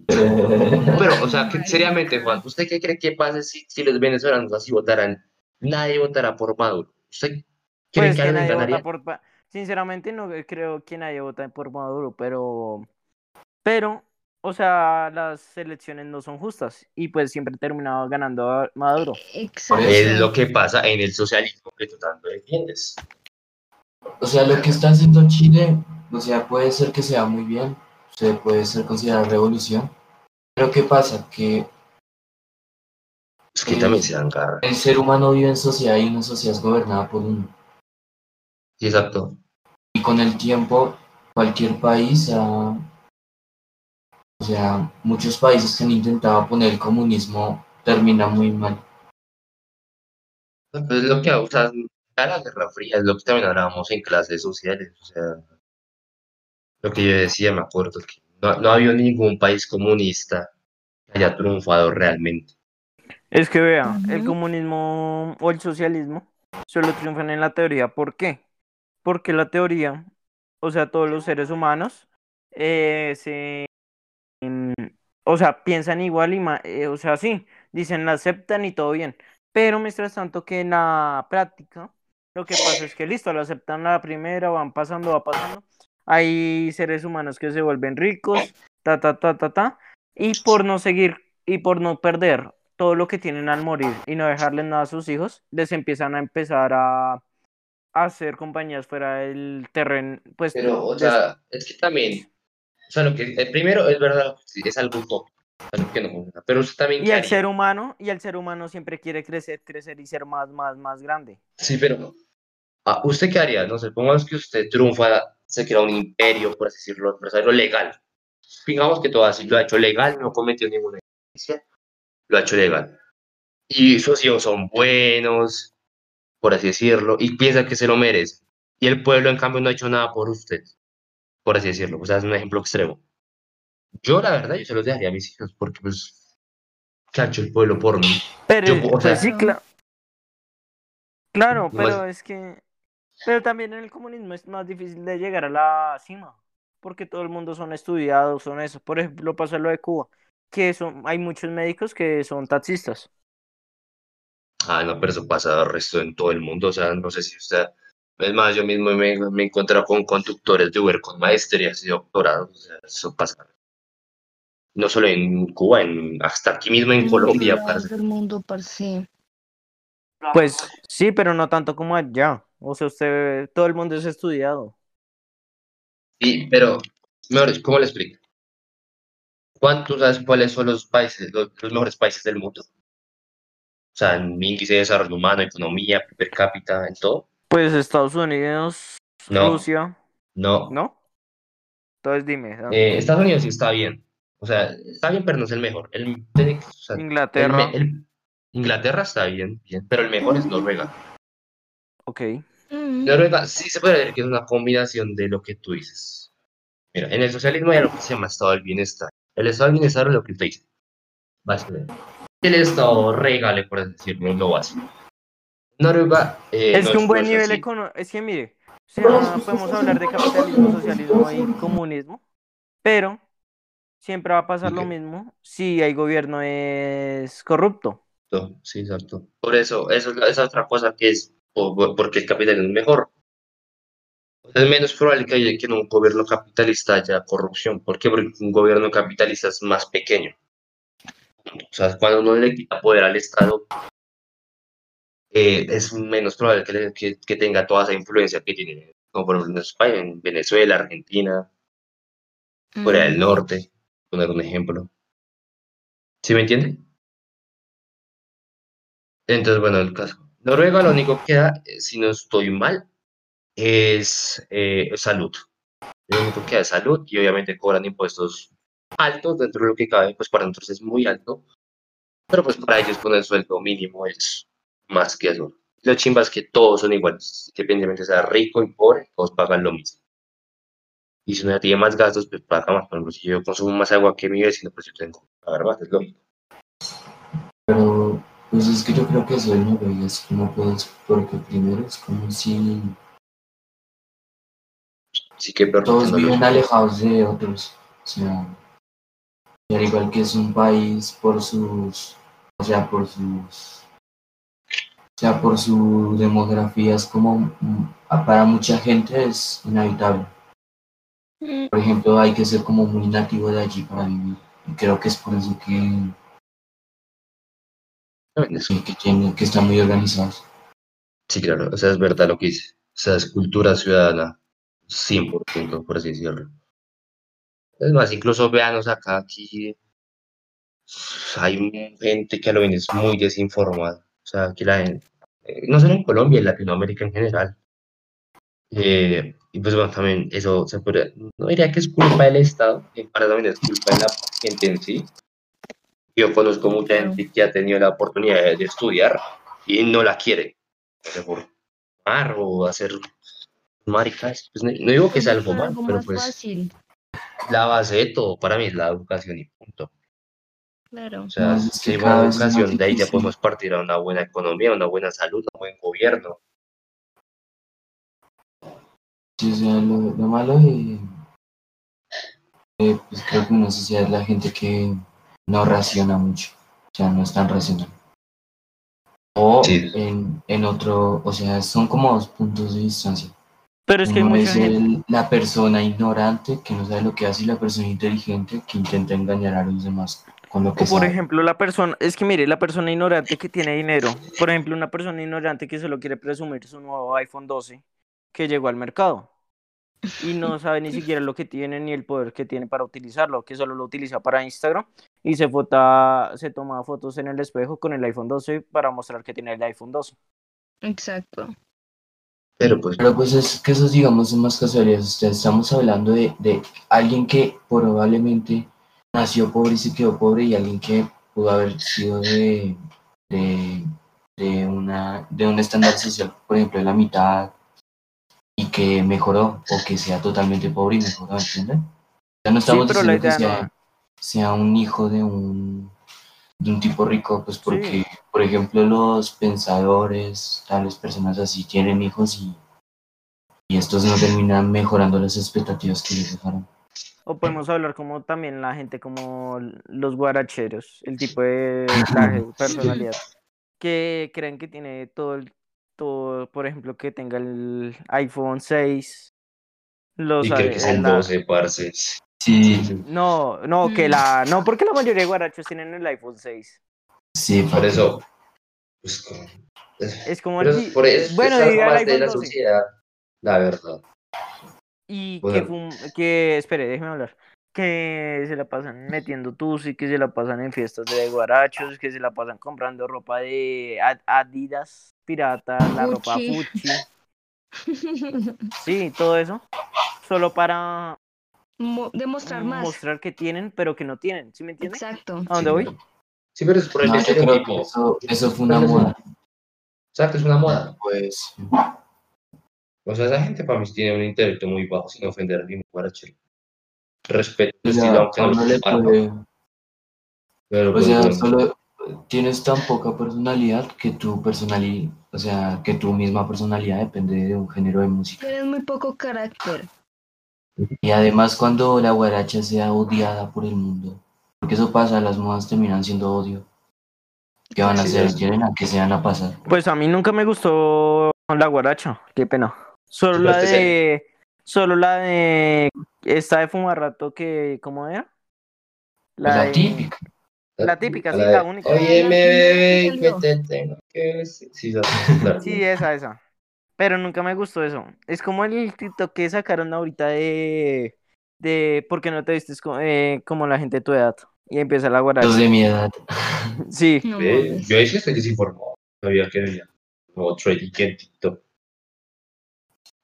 Pero, o sea, que seriamente, Juan, ¿usted qué cree que pase si, si los venezolanos así votaran? Nadie votará por Maduro. ¿Usted cree Pues que que alguien nadie ganaría? vota por... pa- Sinceramente no creo que nadie vota por Maduro, pero... Pero, o sea, las elecciones no son justas y pues siempre terminaba ganando a Maduro. Exacto. Es lo que pasa en el socialismo que tú tanto defiendes. o sea lo que está haciendo Chile o sea puede ser que sea muy bien se puede ser considerada revolución pero qué pasa que Es que Sí. también se dan garra. el ser humano vive en sociedad y una sociedad es gobernada por uno Sí, exacto. y con el tiempo cualquier país ha- o sea, muchos países que han intentado poner el comunismo terminan muy mal. No, Pues lo que o sea, a la Guerra Fría, es lo que también hablábamos en clases sociales, o sea, lo que yo decía, me acuerdo, que no, no había ningún país comunista que haya triunfado realmente. Es que vea, el Ujú. comunismo o el socialismo solo triunfan en la teoría. ¿Por qué? Porque la teoría, o sea, todos los seres humanos, eh, se, em, o sea, piensan igual y, ma- eh, o sea, sí, dicen, la aceptan y todo bien. Pero mientras tanto que en la práctica, lo que pasa es que listo, lo aceptan a la primera, van pasando, va pasando. Hay seres humanos que se vuelven ricos, ta, ta, ta, ta, ta, y por no seguir y por no perder todo lo que tienen al morir y no dejarles nada a sus hijos, les empiezan a empezar a, a hacer compañías fuera del terreno, pues Pero, o des- sea, es que también, o sea, lo que, el primero es verdad, sí, es algo utópico, o sea, lo que no funciona, pero usted también, y ¿qué el haría? ser humano y el ser humano siempre quiere crecer, crecer y ser más, más, más grande. Sí, pero, ah, ¿usted qué haría? No sé, pongamos que usted triunfa, se crea un imperio, por así decirlo, pero es algo legal. Fijamos que todo así lo ha hecho legal, no cometió ninguna injusticia, lo ha hecho legal. Y sus hijos son buenos, por así decirlo, y piensa que se lo merece. Y el pueblo, en cambio, no ha hecho nada por usted, por así decirlo. O sea, es un ejemplo extremo. Yo, la verdad, yo se los dejaría a mis hijos, porque, pues, ¿qué ha hecho el pueblo por mí? Pero Yo, o sea- pues sí, cla- claro, No es- pero es que pero también en el comunismo es más difícil de llegar a la cima, porque todo el mundo son estudiados, son eso. Por ejemplo, pasa lo de Cuba, que son hay muchos médicos que son taxistas. Ah, no, pero eso pasa al resto en todo el mundo. O sea, no sé si usted. Es más, yo mismo me, me he encontrado con conductores de Uber con maestrías y doctorados. O sea, eso pasa. No solo en Cuba, en, hasta aquí mismo en Colombia, todos parce. del mundo, parce. Pues sí, pero no tanto como allá. O sea, usted todo el mundo es estudiado. Y, pero, mejor, dicho, ¿cómo le explico? ¿Cuántos sabes cuáles son los países, los, los mejores países del mundo? O sea, en índice de desarrollo humano, economía, per cápita, en todo. Pues Estados Unidos, No. Rusia, No. ¿no? Entonces dime, ¿no? Eh, Estados Unidos sí está bien. O sea, está bien, pero no es el mejor. El, tiene que- o sea, El Inglaterra, me- el- Inglaterra está bien, bien, pero el mejor es Noruega. ok. Mm, Noruega sí se puede decir que es una combinación de lo que tú dices. Mira, en el socialismo hay algo que se llama estado del bienestar. El estado del bienestar es lo que usted dice. Básicamente. El estado regale, por así decirlo, es lo básico. Noruega. eh, Es no que un buen no nivel así. económico, es que mire, o sea, podemos hablar de capitalismo, socialismo y comunismo, pero siempre va a pasar lo Ok. mismo si el gobierno es corrupto. Exacto, sí, exacto. Por eso, eso es la- esa otra cosa que es po- po- porque el capitalismo es mejor. Pues Es menos probable que, haya- que en un gobierno capitalista haya corrupción. ¿Por qué? Porque un gobierno capitalista es más pequeño. O sea, cuando uno le quita poder al Estado, eh, es menos probable que, le- que- que tenga toda esa influencia que tiene, como por ejemplo en España, en Venezuela, Argentina, Corea del mm, Norte, poner un ejemplo. ¿Sí me entiende? Entonces, bueno, el caso. Noruega lo único que da, eh, si no estoy mal, es eh, salud. Lo único que da es salud y obviamente cobran impuestos altos dentro de lo que cabe, pues para nosotros es muy alto, pero pues para ellos con el sueldo mínimo es más que eso. Lo chimba es que todos son iguales, independientemente sea rico y pobre, todos pagan lo mismo. Y si uno ya tiene más gastos, pues paga más. Por ejemplo, si yo consumo más agua que mi vecino, pues yo tengo que pagar más, es lógico. Pero pues es que yo creo que eso de Noruega es como pues, porque primero es como si Sí que peor porque todos no lo viven alejados de otros. O sea, y al igual que es un país por sus, o sea, por sus, o sea, por su demografía es como mm, para mucha gente es inhabitable. mm, Por ejemplo, hay que ser como muy nativo de allí para vivir. Y creo que es por eso que, saben eso. que, que tienen, que están muy organizados. Sí, claro, o sea, es verdad lo que dice. O sea, es cultura ciudadana, 100%, por así decirlo. Es más, incluso veanos acá, aquí hay un- gente que a lo bien es muy desinformada. O sea, aquí la gente, eh, no solo en Colombia, en Latinoamérica en general, Eh, y pues bueno, también eso se podría, no diría que es culpa del Estado, en parte también es culpa de la gente en sí. Yo conozco mucha gente que ha tenido la oportunidad de, de estudiar y no la quiere. No sé, por mar o hacer maricas. Pues no, no digo que sea algo Encontrar mal, algo pero más pues fácil, la base de todo para mí es la educación y punto. claro. O sea, No, es si que hay cada buena vez es más educación, de ahí ya difícil. podemos partir a una buena economía, una buena salud, un buen gobierno. Sí, o sea, lo, lo malo de, de, pues creo que una sociedad es la gente que no raciona mucho, o sea, no es tan racional. O Sí. en, en otro, o sea, son como dos puntos de distancia. Pero es que hay Uno mucha es gente. el- la persona ignorante que no sabe lo que hace y la persona inteligente que intenta engañar a los demás con lo que O por sabe. ejemplo, la persona, es que mire, la persona ignorante que tiene dinero, por ejemplo, una persona ignorante que solo quiere presumir su nuevo iPhone 12 que llegó al mercado y no sabe ni siquiera lo que tiene ni el poder que tiene para utilizarlo, que solo lo utiliza para Instagram y se fota, se toma fotos en el espejo con el iPhone 12 para mostrar que tiene el iPhone 12. Exacto. Pero pues, Pero pues es que esos digamos son más casualidades. O sea, estamos hablando de, de alguien que probablemente nació pobre y se quedó pobre y alguien que pudo haber sido de, de, de una, de un estándar social, por ejemplo, de la mitad y que mejoró o que sea totalmente pobre y mejoró, ¿entienden? O sea, no estamos pero la diciendo que idea no- sea, sea un hijo de un, de un tipo rico, pues porque, Sí. por ejemplo, los pensadores, tales personas así, tienen hijos y y estos no terminan mejorando las expectativas que les dejaron. Eh, O podemos hablar como también la gente como l- los guaracheros, el tipo de traje, personalidad, que creen que tiene todo el, todo, por ejemplo, que tenga el iPhone 6, los y creo a- que son la- 12 parces. Sí, No, no, que Mm. la, no, porque la mayoría de guarachos tienen el iPhone 6. sí, Por papi. eso, pues, como- Es como el, Pero di- eh, es- por eso bueno, es algo diría el más de iPhone la 12. sociedad, la verdad. Y Bueno. que, fum- que, espere, déjeme hablar. Que se la pasan metiendo tusi, que se la pasan en fiestas de guarachos, que se la pasan comprando ropa de Ad- Adidas pirata, la ropa Gucci. Gucci, sí, todo eso. Solo para Mo- Demostrar Mm, más. mostrar que tienen, pero que no tienen, ¿sí me entiendes? Exacto. ¿A dónde Sí, voy? pero- Sí, pero es por el No, Ah, yo creo que estereotipo. O eso, eso fue una Pero eso- moda. sea, que es una moda. Pues, O sea, esa gente para mí tiene un intelecto muy bajo, sin ofender a ningún guarachero. Respeto o el sea, estilo, aunque a no uno lo le comparto. puede- Pero o pues, sea, bueno, solo tienes tan poca personalidad que tu personalidad, o sea, que tu misma personalidad depende de un género de música. Tienes muy poco carácter. Y además cuando la guaracha sea odiada por el mundo, porque eso pasa, las modas terminan siendo odio. ¿Qué van a Sí, hacer? es- ¿Quieren a que se van a pasar? Pues a mí nunca me gustó la guaracha, qué pena. Solo Pero la este es el- de, solo la de, esta de fumar rato que, ¿cómo era? Pues la de- típica. la típica, sí, de- la única. Oye, me La bebé, primera que que salió. te tengo que decir. Sí, esa- claro. Sí, esa, esa. Pero nunca me gustó eso. Es como el TikTok que sacaron ahorita de, de ¿por qué no te vistes co- eh, como la gente de tu edad? Y empieza la Los guaracha. de mi edad. Sí, No Ve, mames. Yo ahí sí estoy desinformado. Sabía que venía. Como trading en TikTok.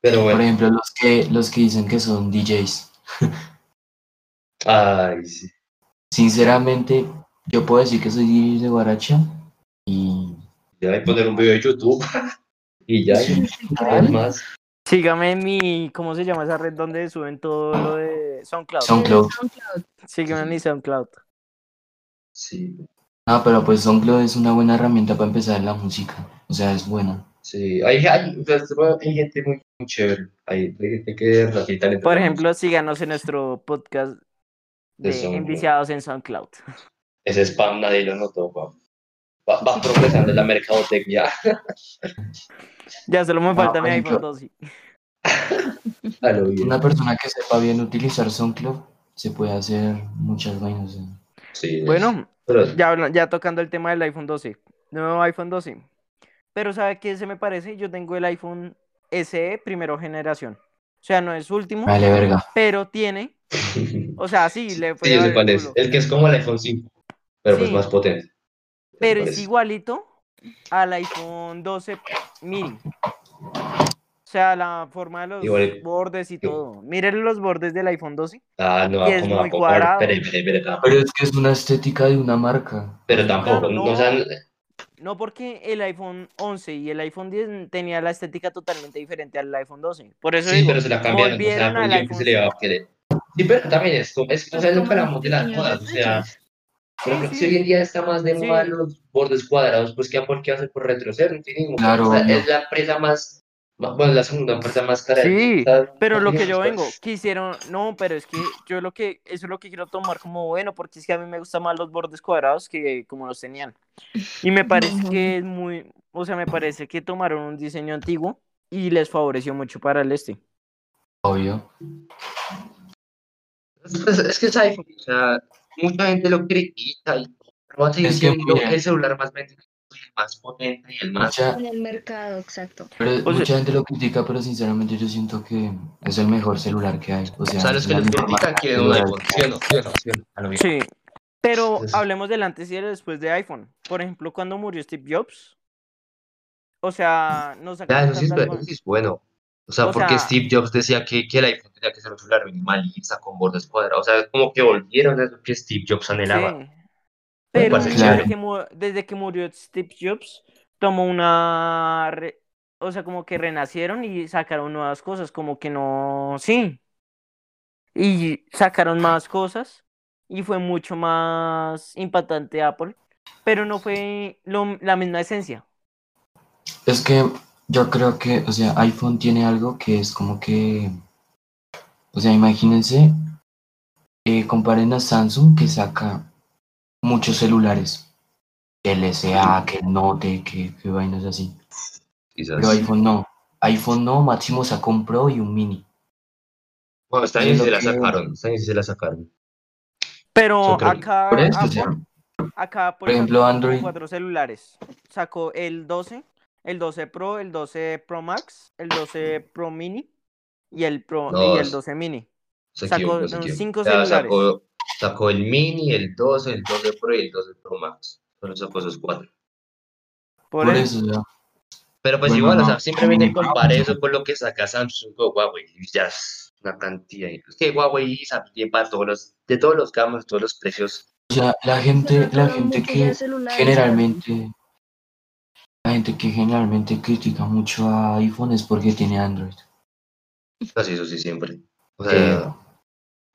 Pero Por bueno, ejemplo, los que, los que dicen que son DJs. ay, sí. Sinceramente, yo puedo decir que soy DJ de Guaracha y Ya hay poner un video de YouTube. y ya. Sí. nada más. sígame en mi, ¿cómo se llama esa red donde suben todo lo de SoundCloud? Son- SoundCloud. SoundCloud. Sígame en mi SoundCloud. Sí, Ah, pero pues SoundCloud es una buena herramienta para empezar en la música. O sea, es buena. sí. Hay, hay, o sea, se puede- hay gente muy, muy chévere. Hay, hay gente que de verdad tiene talento. Por ejemplo, síganos en nuestro podcast De de SoundCloud. Enviciados en SoundCloud. Ese spam nadie lo notó. Va, va, va progresando en la mercadotecnia. Ya solo me falta mi por iPhone ejemplo- 12. A lo bien. Una persona que sepa bien utilizar SoundCloud se puede hacer muchas vainas. ¿eh? Sí, Bueno, pero Ya, habla- ya tocando el tema del iPhone 12. Nuevo iPhone 12. Pero ¿sabe qué se me parece? Yo tengo el iPhone SE primero generación. O sea, no es último, Vale, verga. pero tiene. O sea, sí, le Sí, puede yo sé valer cuál el es. culo, El que es como el iPhone 5, pero pues Sí. más potente. Pues, Pero ¿Cuál es igualito al iPhone 12 mini. O sea, la forma de los Igual- bordes y igual. todo. Miren los bordes del iPhone 12. Ah, no, Y es como muy tampoco. cuadrado. Espere, espere, espere, tampoco. Pero es que es una estética de una marca. Pero tampoco, Claro, no. no sean- No porque el iPhone 11 y el iPhone 10 tenía la estética totalmente diferente al iPhone 12. Por eso Sí, Pues digo, pero se la cambiaron, o sea, volvieron muy al bien que iPhone se le va a querer. Sí, pero también esto, es que, o sea, nunca hablamos de las modas, o sea, creo que si hoy en día está más de Sí. moda los bordes cuadrados, pues ¿qué por qué hacer por retroceder? No tiene ningún Claro, o sea, obvio. es la empresa más, ma- bueno, la segunda empresa más cara. del Sí, mundo, Pero no lo que tiene yo más vengo, cosas. quisieron, no, pero es que yo lo que, eso es lo que quiero tomar como bueno, porque es que a mí me gustan más los bordes cuadrados que como los tenían. Y me parece Ujú. que es muy, o sea, me parece que tomaron un diseño antiguo y les favoreció mucho para el este. Obvio. Pues, es que es iPhone, o sea, mucha gente lo critica y va a seguir Es que, siendo mira. el celular más vendido, el más potente y el más... Mucha, En el mercado, exacto. pero sea- mucha gente lo critica, pero sinceramente yo siento que es el mejor celular que hay. O sea, O sea, los es que la los mejor critican marca quieren un celular. iPhone, ¿sí o no? ¿Sí o no? ¿Sí o no? A lo bien. Sí, pero Pues- hablemos del antes y del después de iPhone. Por ejemplo, cuando murió Steve Jobs, o sea, nos Ah, sacaron eso sí, es, tantas bu- cosas. eso sí es bueno. O sea, O porque sea- Steve Jobs decía que, que el iPhone tenía que ser un celular minimalista con bordes cuadrados. O sea, como que volvieron a lo que Steve Jobs anhelaba. Sí. Pero parece desde, Pues chévere. que mu- desde que murió Steve Jobs, tomó una. re- O sea, como que renacieron y sacaron nuevas cosas, como que no. Sí. Y sacaron más cosas y fue mucho más impactante Apple, pero no fue lo- la misma esencia. Es que yo creo que, o sea, iPhone tiene algo que es como que, o sea, imagínense, eh, comparen a Samsung que saca muchos celulares, que el SA, que el Note, que, que vainas así. Quizás. Pero iPhone no, iPhone no, máximo sacó un Pro y un Mini. Bueno, este Sí, año sí lo se la que- sacaron. Este año sí se la sacaron. Pero Yo creo que acá, Por esto, o sea, Apple- acá Apple por ejemplo, sacó como Android. cuatro celulares. Sacó el 12, el 12 Pro, el 12 Pro Max, el 12 Pro Mini y el Pro No, y el es- 12 Mini. Se Sacó equivocó, se unos equivocó. cinco O sea, celulares. Sacó, sacó el Mini, el 12, el 12 Pro y el 12 Pro Max. Solo sacó esos cuatro. Por, Por eso. eso, o sea, Pero pues Bueno, igual, o no. sea, simplemente compare eso con lo que saca Samsung o Huawei. y Ya es una cantidad. Es que Huawei y Samsung tienen para todos los, de todos los campos, todos los precios. o sea, la gente, la gente que generalmente, la gente que generalmente critica mucho a iPhone es porque tiene Android. Así, eso sí, siempre. O sea, Eh,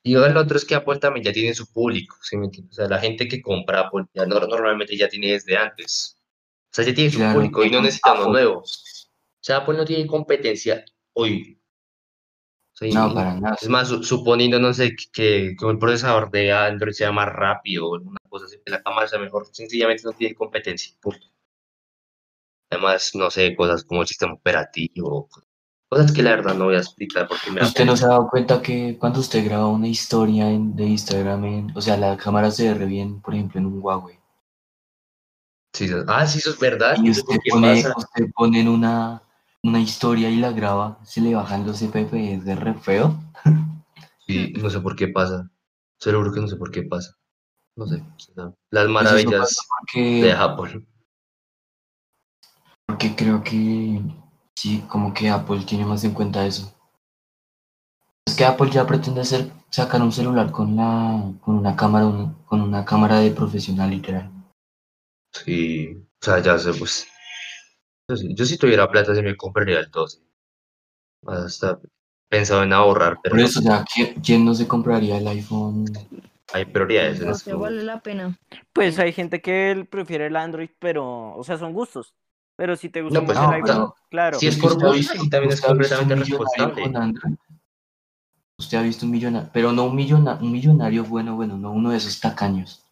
y ahora lo otro es que Apple también ya tiene su público, ¿sí me entiendes? O sea, la gente que compra Apple ya no- normalmente ya tiene desde antes. O sea, ya tiene su Claro. público y no necesita uno Apple. nuevo. O sea, Apple no tiene competencia hoy. O sea, y- no, para nada. Es más, su- suponiendo, no sé, que, que el procesador de Android sea más rápido, o una cosa así, que la cámara sea mejor, sencillamente no tiene competencia. punto. Además, no sé, cosas como el sistema operativo, cosas que la verdad no voy a explicar porque me da Usted no pereza. se ha dado cuenta que cuando usted graba una historia en- de Instagram, en- o sea, la cámara se ve re bien, por ejemplo, en un Huawei. Sí, eso- ah, sí, eso es verdad. Y eso usted es lo que pone, pasa. usted pone en una, una historia y la graba, se le bajan los FPS de re feo. Sí, Mm. no sé por qué pasa. Seguro que no sé por qué pasa. No sé. o sea, Las Pues eso maravillas pasa porque- de Apple. porque creo que sí, como que Apple tiene más en cuenta eso. Es que Apple ya pretende hacer, sacar un celular con la, con una cámara, un- con una cámara de profesional literal. Sí, o sea, ya sé, pues. Yo, sí- yo si tuviera plata, se me compraría el 12. Hasta pensado en ahorrar, pero Por no, eso, o sea, ¿quién, quién no se compraría el iPhone? hay prioridades en O este sea, vale la pena. Pues hay gente que él prefiere el Android, pero, o sea, son gustos. Pero si te gusta No, más pues, el no, iPhone, pero- claro. Sí, es que por usted ha gusto y visto- también es usted ha visto un completamente millonario responsable. con Android. Usted ha visto un millonario, pero no un, millona- un millonario bueno, bueno, no uno de esos tacaños.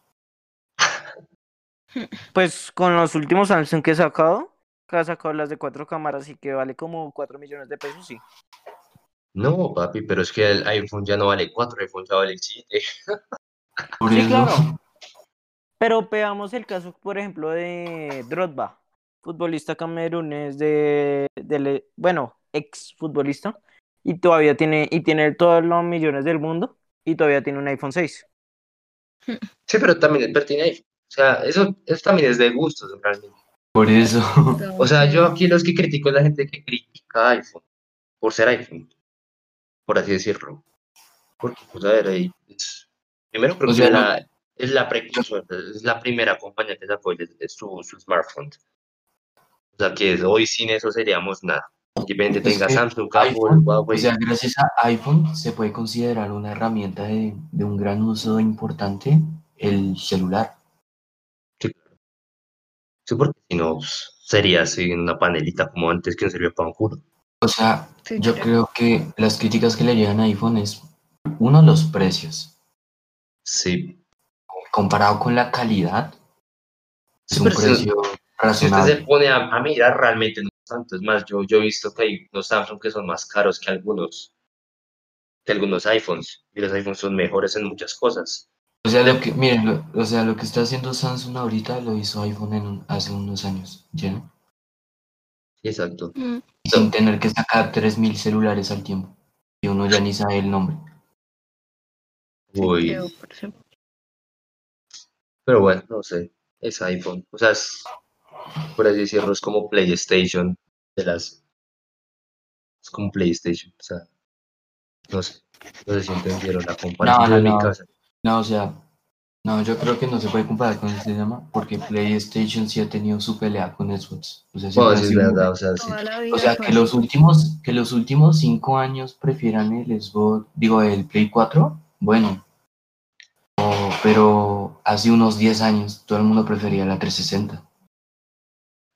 Pues con los últimos Samsung que he sacado, que ha sacado las de cuatro cámaras y que vale como 4 millones de pesos, sí. No, papi, pero es que el iPhone ya no vale 4, el iPhone ya vale 7. Por Sí, eso, claro. Pero veamos el caso, por ejemplo, de Drogba, futbolista camerunés de, del- bueno, ex futbolista, y todavía tiene, y tiene todos los millones del mundo, y todavía tiene un iPhone 6. Sí, pero también pero tiene iPhone. O sea, eso, eso también es de gustos, realmente. por eso. O sea, yo aquí los que critico es la gente que critica iPhone. por ser iPhone, por así decirlo. Porque, pues, a ver, ahí es- primero creo O que sea, la- es la precursora, es la primera compañía que sacó el- su, su smartphone. O sea, que hoy sin eso seríamos nada. Independiente Es tenga que Samsung, Apple, Pues, eh, iPhone, Huawei. O sea, gracias a iPhone se puede considerar una herramienta de, de un gran uso importante el celular. sí, porque si no, pues, sería así una panelita como antes que sirvió para un culo. O sea, Sí, yo creo. creo que las críticas que le llegan a iPhone es, uno, los precios. Sí. Comparado con la calidad, es Sí, un pero si- precio Si usted se razonable. pone a, a mirar, realmente no es tanto. Es más, yo, yo he visto que hay unos Samsung que son más caros que algunos, que algunos iPhones. Y los iPhones son mejores en muchas cosas. O sea, lo que, miren, lo- o sea, lo que está haciendo Samsung ahorita lo hizo iPhone en un- hace unos años, ¿ya? Exacto. Mm, Y sin tener que sacar 3.000 celulares al tiempo. Y uno ya ni sabe el nombre. sí, Uy, creo, por ejemplo. pero bueno, no sé. Es iPhone. O sea, es, por así decirlo, es como PlayStation de las. Es como PlayStation. O sea, no sé. No sé si entendieron la comparación. no, en mi no. casa. No, o sea, no, yo creo que no se puede comparar con este tema porque PlayStation sí ha tenido su pelea con Xbox. O sea, siempre ha Bueno, Oh, sí, es sido- verdad. O sea, sí. Toda la vida o sea, fue que los últimos, que los últimos cinco años prefieran el Xbox, digo, el Play 4, bueno. O- pero hace unos 10 años todo el mundo prefería la 360.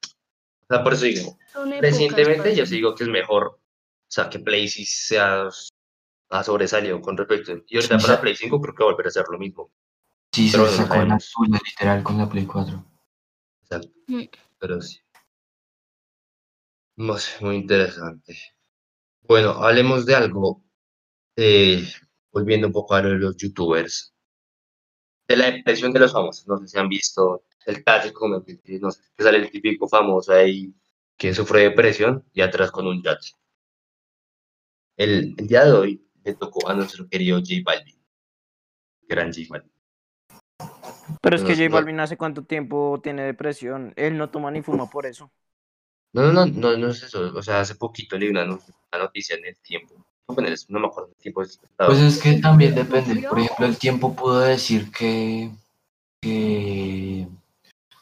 O sea, por eso digo, así. Son épocas, Recientemente yo parce. sí digo que es mejor. O sea, que Play sí se ha, ha sobresalido con respecto. Y ahorita Sí, para sí. Play 5 creo que va a volver a hacer lo mismo. Sí, Pero se no sacó la sabemos. suya literal con la Play 4. Pero sí. No sé, muy interesante. Bueno, hablemos de algo. eh, volviendo un poco a lo de los youtubers. De la depresión de los famosos. No sé si han visto el clásico, no sé, que sale el típico famoso ahí que sufre depresión y atrás con un yate. El, el día de hoy le tocó a nuestro querido J Balvin. Gran J Balvin. Pero es No, que J no. Balvin hace cuánto tiempo tiene depresión. Él no toma ni fuma por eso. No, no, no, no, no es eso. O sea, hace poquito leí una, no- una noticia en el tiempo. No, bueno, es- no me acuerdo el tiempo. es- Pues es que también depende. ¿Sufrió? Por ejemplo, el tiempo pudo decir que, que,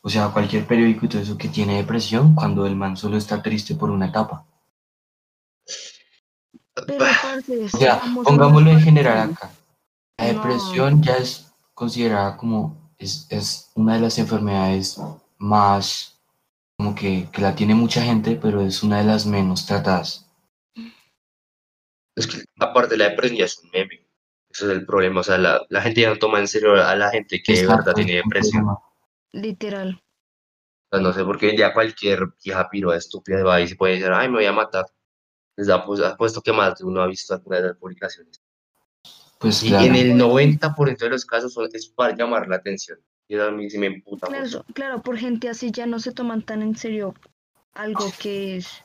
o sea, cualquier periódico y todo eso que tiene depresión cuando el man solo está triste por una etapa. Pero, parce, O sea, somos pongámoslo en unos general parches. acá. La No. depresión ya es considerada como, es, es una de las enfermedades más, como que, que la tiene mucha gente, pero es una de las menos tratadas. Es que aparte la depresión ya es un meme. Eso es el problema. O sea, la, la gente ya no toma en serio a la gente que de Exacto, verdad tiene es un depresión. problema. Literal. O sea, no sé por qué ya cualquier vieja piroa estúpida va y se puede decir, ay, me voy a matar. Les da, pues, apuesto que más de uno ha visto alguna de las publicaciones. Pues Y claro. en el 90% de los casos son- es para llamar la atención. Y eso a mí sí me emputa. Claro, mucho. so- claro, por gente así ya no se toman tan en serio algo que es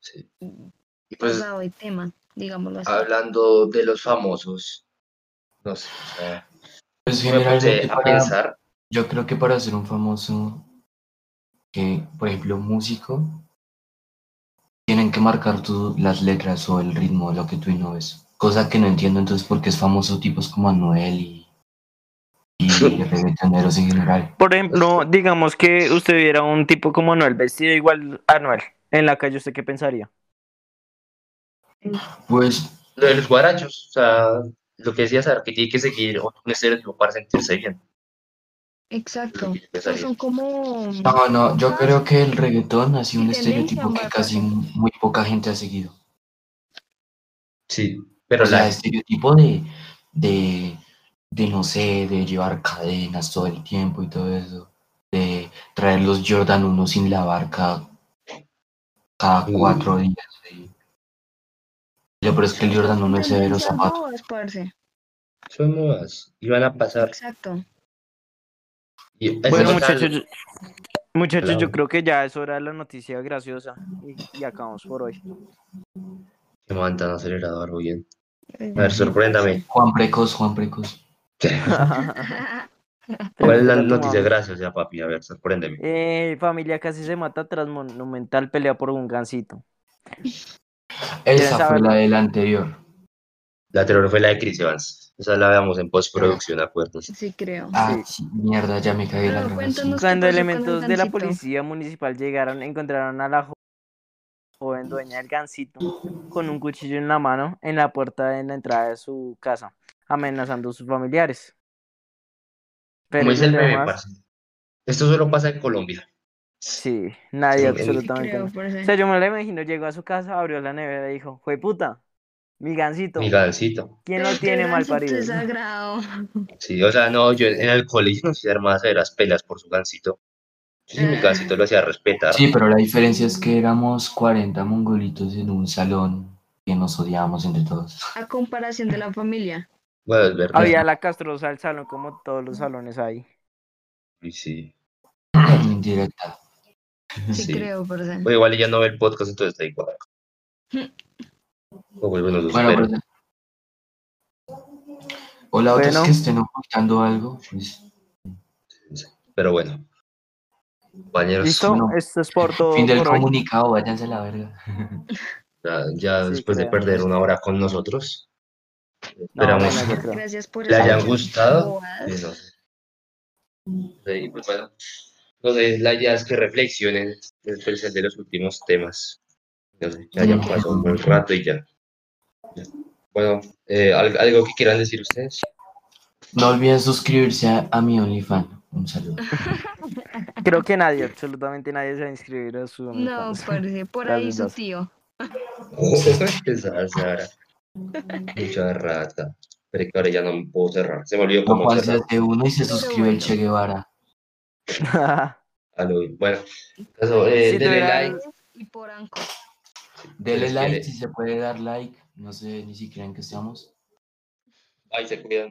Sí. Y pues, pasado de tema, digámoslo así. hablando de los famosos, no sé, o sea, Pues yo me generalmente puse a para- pensar, Yo creo que para ser un famoso, que por ejemplo músico, tienen que marcar tú las letras o el ritmo de lo que tú innoves. Cosa que no entiendo entonces porque es famoso tipos como Anuel y, y reggaetoneros en general. Por ejemplo, digamos que usted viera un tipo como Anuel, vestido igual a Anuel, en la calle, ¿usted qué pensaría? Pues lo de los guarachos, o sea, lo que decías, Sar, que tiene que seguir un estereotipo para sentirse bien. es Exacto. lo que yo Pues pensaría. son como. no, no, yo creo que el reggaetón ha sido un Y tendencia, estereotipo que Marta. casi muy poca gente ha seguido. Sí, pero o sea, la, estereotipo de, de, de, no sé, de llevar cadenas todo el tiempo y todo eso, de traer los Jordan 1 sin lavar cada, cada Uy. cuatro días. sí. Yo, pero es que el Jordan 1 es severo tendencias zapato. bobas, parce. son nuevas y van a pasar. Exacto. Y eso Bueno, es muchachos, algo- yo, muchachos, yo Claro. creo que ya es hora de la noticia graciosa y, y acabamos por hoy. que me van tan acelerador, muy bien. Eh, A ver, sorpréndame. Juan Precoz, Juan Precoz. ¿Cuál es la Pregunta a tu noticia? mamá. Gracias, ya, papi. A ver, sorpréndeme. Eh, familia casi se mata tras monumental pelea por un gancito. Esa fue saber- la del anterior. La anterior fue la de Chris Evans. Esa la veamos en postproducción, ¿de acuerdo? Sí, creo. Ah, sí. sí, mierda, ya me cagué Pero la relación. cuéntanos- ¿Qué Cuando pasó con elementos el de la gancito? policía municipal llegaron, encontraron a la jo- joven dueña del gancito con un cuchillo en la mano en la puerta de la entrada de su casa, amenazando a sus familiares. Pero Como dice el los meme, demás- parce. Esto solo pasa en Colombia. Sí, Sí, nadie, sí, absolutamente. creo, nadie. parce. O sea, yo me lo imagino, llegó a su casa, abrió la nevera y dijo, ¡Jue puta! Mi gancito, Mi gancito. ¿quién lo Este tiene mal gansito parido? es sagrado. Sí, o sea, no, yo en el colegio no se armaba las pelas por su gancito. Yo sí, mi gancito lo hacía respetar. Sí, pero la diferencia es que éramos 40 mongolitos en un salón que nos odiábamos entre todos. A comparación de la familia. Bueno, es verdad. Había la castrosa del salón, como todos los salones ahí. Sí, sí. Indirecta. Sí, Sí. creo, parce. Bueno, igual ella no ve el podcast, entonces está igual. O vuelven los dos, Bueno, pero- pues- O la otra Bueno. es que estén ocultando algo. pues, Pero bueno. Compañeros, ¿Listo? no. Esto es por todo. fin del por hoy. comunicado, váyanse a la verga. ya, ya Sí, después de creo. perder una hora con nosotros, No, esperamos bueno, yo creo. Gracias por le hayan esas gustado. bobadas. Sí, no sé. Sí, pues bueno. Entonces, la idea es que reflexionen después de los últimos temas. No sé, ya, ya pasó un buen rato y ya. Ya. Bueno, eh, ¿al- ¿algo que quieran decir ustedes? No olviden suscribirse a, a mi OnlyFans. Un saludo. Creo que nadie, absolutamente nadie se va a inscribir a su. No, OnlyFans. parce, por Las ahí su dos. tío. Empezar, Sara. Mucha rata. Pero es que ahora ya no puedo cerrar. Se me olvidó Lo cómo cual cerrar. se hace uno y se Pero suscribe el bueno. Che Guevara. A lo- Bueno, eso, eh, Si denle tuviera- like. Y por Anco. Dele les like quiere. si se puede dar like. No sé ni si creen que estamos. Ay, se cuidan.